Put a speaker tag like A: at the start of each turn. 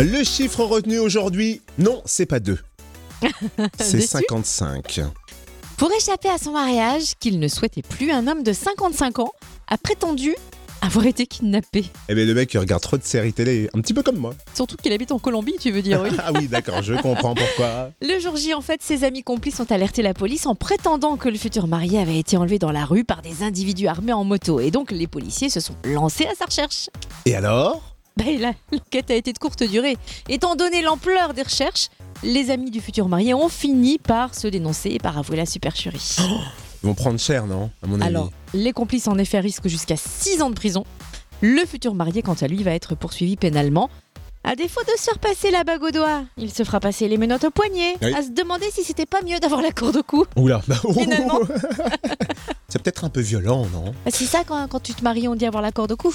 A: Le chiffre retenu aujourd'hui, non, c'est pas 2. C'est
B: Déçu
A: 55.
B: Pour échapper à son mariage, qu'il ne souhaitait plus, un homme de 55 ans a prétendu avoir été kidnappé.
A: Eh bien, le mec, il regarde trop de séries télé, un petit peu comme moi.
B: Surtout qu'il habite en Colombie, tu veux dire, oui.
A: Ah oui, d'accord, je comprends pourquoi.
B: Le jour J, en fait, ses amis complices ont alerté la police en prétendant que le futur marié avait été enlevé dans la rue par des individus armés en moto. Et donc, les policiers se sont lancés à sa recherche.
A: Et alors
B: Ben, la- l'enquête a été de courte durée. Étant donné l'ampleur des recherches, les amis du futur marié ont fini par se dénoncer et par avouer la supercherie.
A: Ils vont prendre cher, non À mon avis.
B: Alors, les complices en effet risquent jusqu'à 6 ans de prison. Le futur marié, quant à lui, va être poursuivi pénalement. À défaut de se faire passer la bague au doigt, il se fera passer les menottes au poignet,
A: Oui.
B: à se demander si c'était pas mieux d'avoir la corde au cou.
A: Oula, bah, oh,
B: Finalement.
A: C'est peut-être un peu violent, non
B: Bah, C'est ça quand, quand tu te maries, on dit avoir la corde au cou.